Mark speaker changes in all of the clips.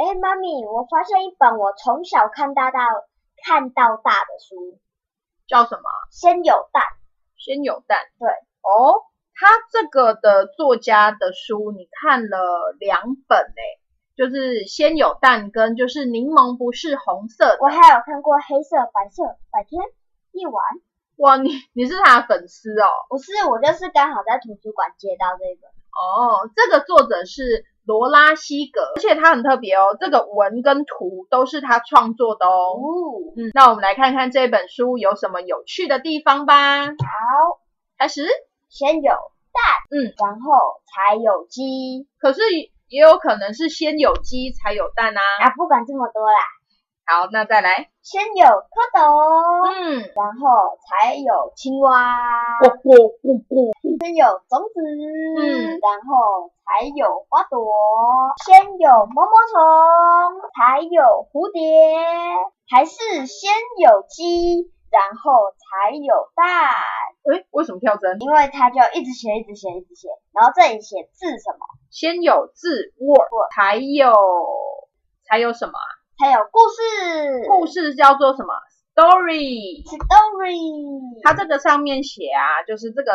Speaker 1: 哎，妈咪，我发现一本我从小看大到看到大的书，
Speaker 2: 叫什么？
Speaker 1: 先有蛋，
Speaker 2: 先有蛋。
Speaker 1: 对
Speaker 2: 哦，他这个的作家的书你看了两本诶，就是先有蛋跟就是柠檬不是红色的。
Speaker 1: 我还有看过黑色、白色、白天、夜晚。
Speaker 2: 哇，你你是他的粉丝哦。
Speaker 1: 不是，我就是刚好在图书馆借到这个。
Speaker 2: 哦，这个作者是罗拉西格，而且他很特别哦，这个文跟图都是他创作的哦。
Speaker 1: 哦，
Speaker 2: 嗯，那我们来看看这本书有什么有趣的地方吧。
Speaker 1: 好，
Speaker 2: 开始，
Speaker 1: 先有蛋，
Speaker 2: 嗯，
Speaker 1: 然后才有鸡
Speaker 2: 可是也有可能是先有鸡才有蛋啊。
Speaker 1: 啊，不管这么多啦，
Speaker 2: 好，那再来，
Speaker 1: 先有蝌蚪，
Speaker 2: 嗯，
Speaker 1: 然后才有青蛙，
Speaker 2: 我我我我，
Speaker 1: 先有种子，
Speaker 2: 嗯
Speaker 1: 然后才有花朵，先有毛毛虫，才有蝴蝶，还是先有鸡，然后才有蛋，
Speaker 2: 诶，为什么跳针？
Speaker 1: 因为它就一直写，一直写，一直写，然后这里写字什么，
Speaker 2: 先有字 word，才有才有什么啊？
Speaker 1: 才有故事，
Speaker 2: 故事叫做什么？story。
Speaker 1: story，
Speaker 2: 他这个上面写啊，就是这个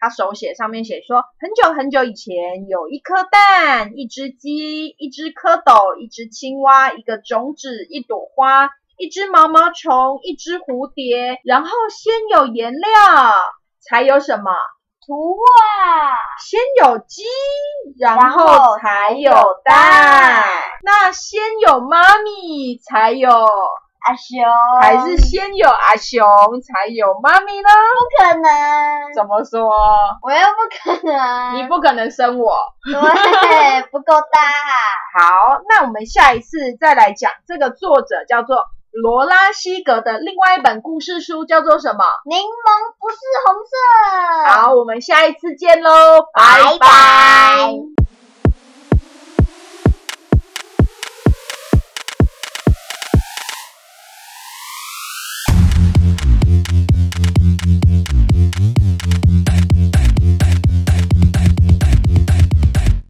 Speaker 2: 他手写上面写说，很久很久以前有一颗蛋、一只鸡、一只蝌蚪、一只青蛙、一个种子、一朵花、一只毛毛虫、一只蝴蝶，然后先有颜料，才有什么？
Speaker 1: 图画，
Speaker 2: 先有鸡，然
Speaker 1: 然
Speaker 2: 后
Speaker 1: 后
Speaker 2: 才
Speaker 1: 才
Speaker 2: 有
Speaker 1: 有
Speaker 2: 蛋
Speaker 1: 蛋。
Speaker 2: 那先有妈咪，才有，
Speaker 1: 阿雄，
Speaker 2: 还是先有阿雄，才有妈咪呢？
Speaker 1: 不可能，
Speaker 2: 怎么说？
Speaker 1: 我又不可能，
Speaker 2: 你不可能生我。
Speaker 1: 对，不够大。
Speaker 2: 好，那我们下一次再来讲这个作者叫做罗拉西格的另外一本故事书叫做什么？
Speaker 1: 柠檬不是红色。
Speaker 2: 好，我们下一次见喽，拜
Speaker 1: 拜
Speaker 2: 拜
Speaker 1: 拜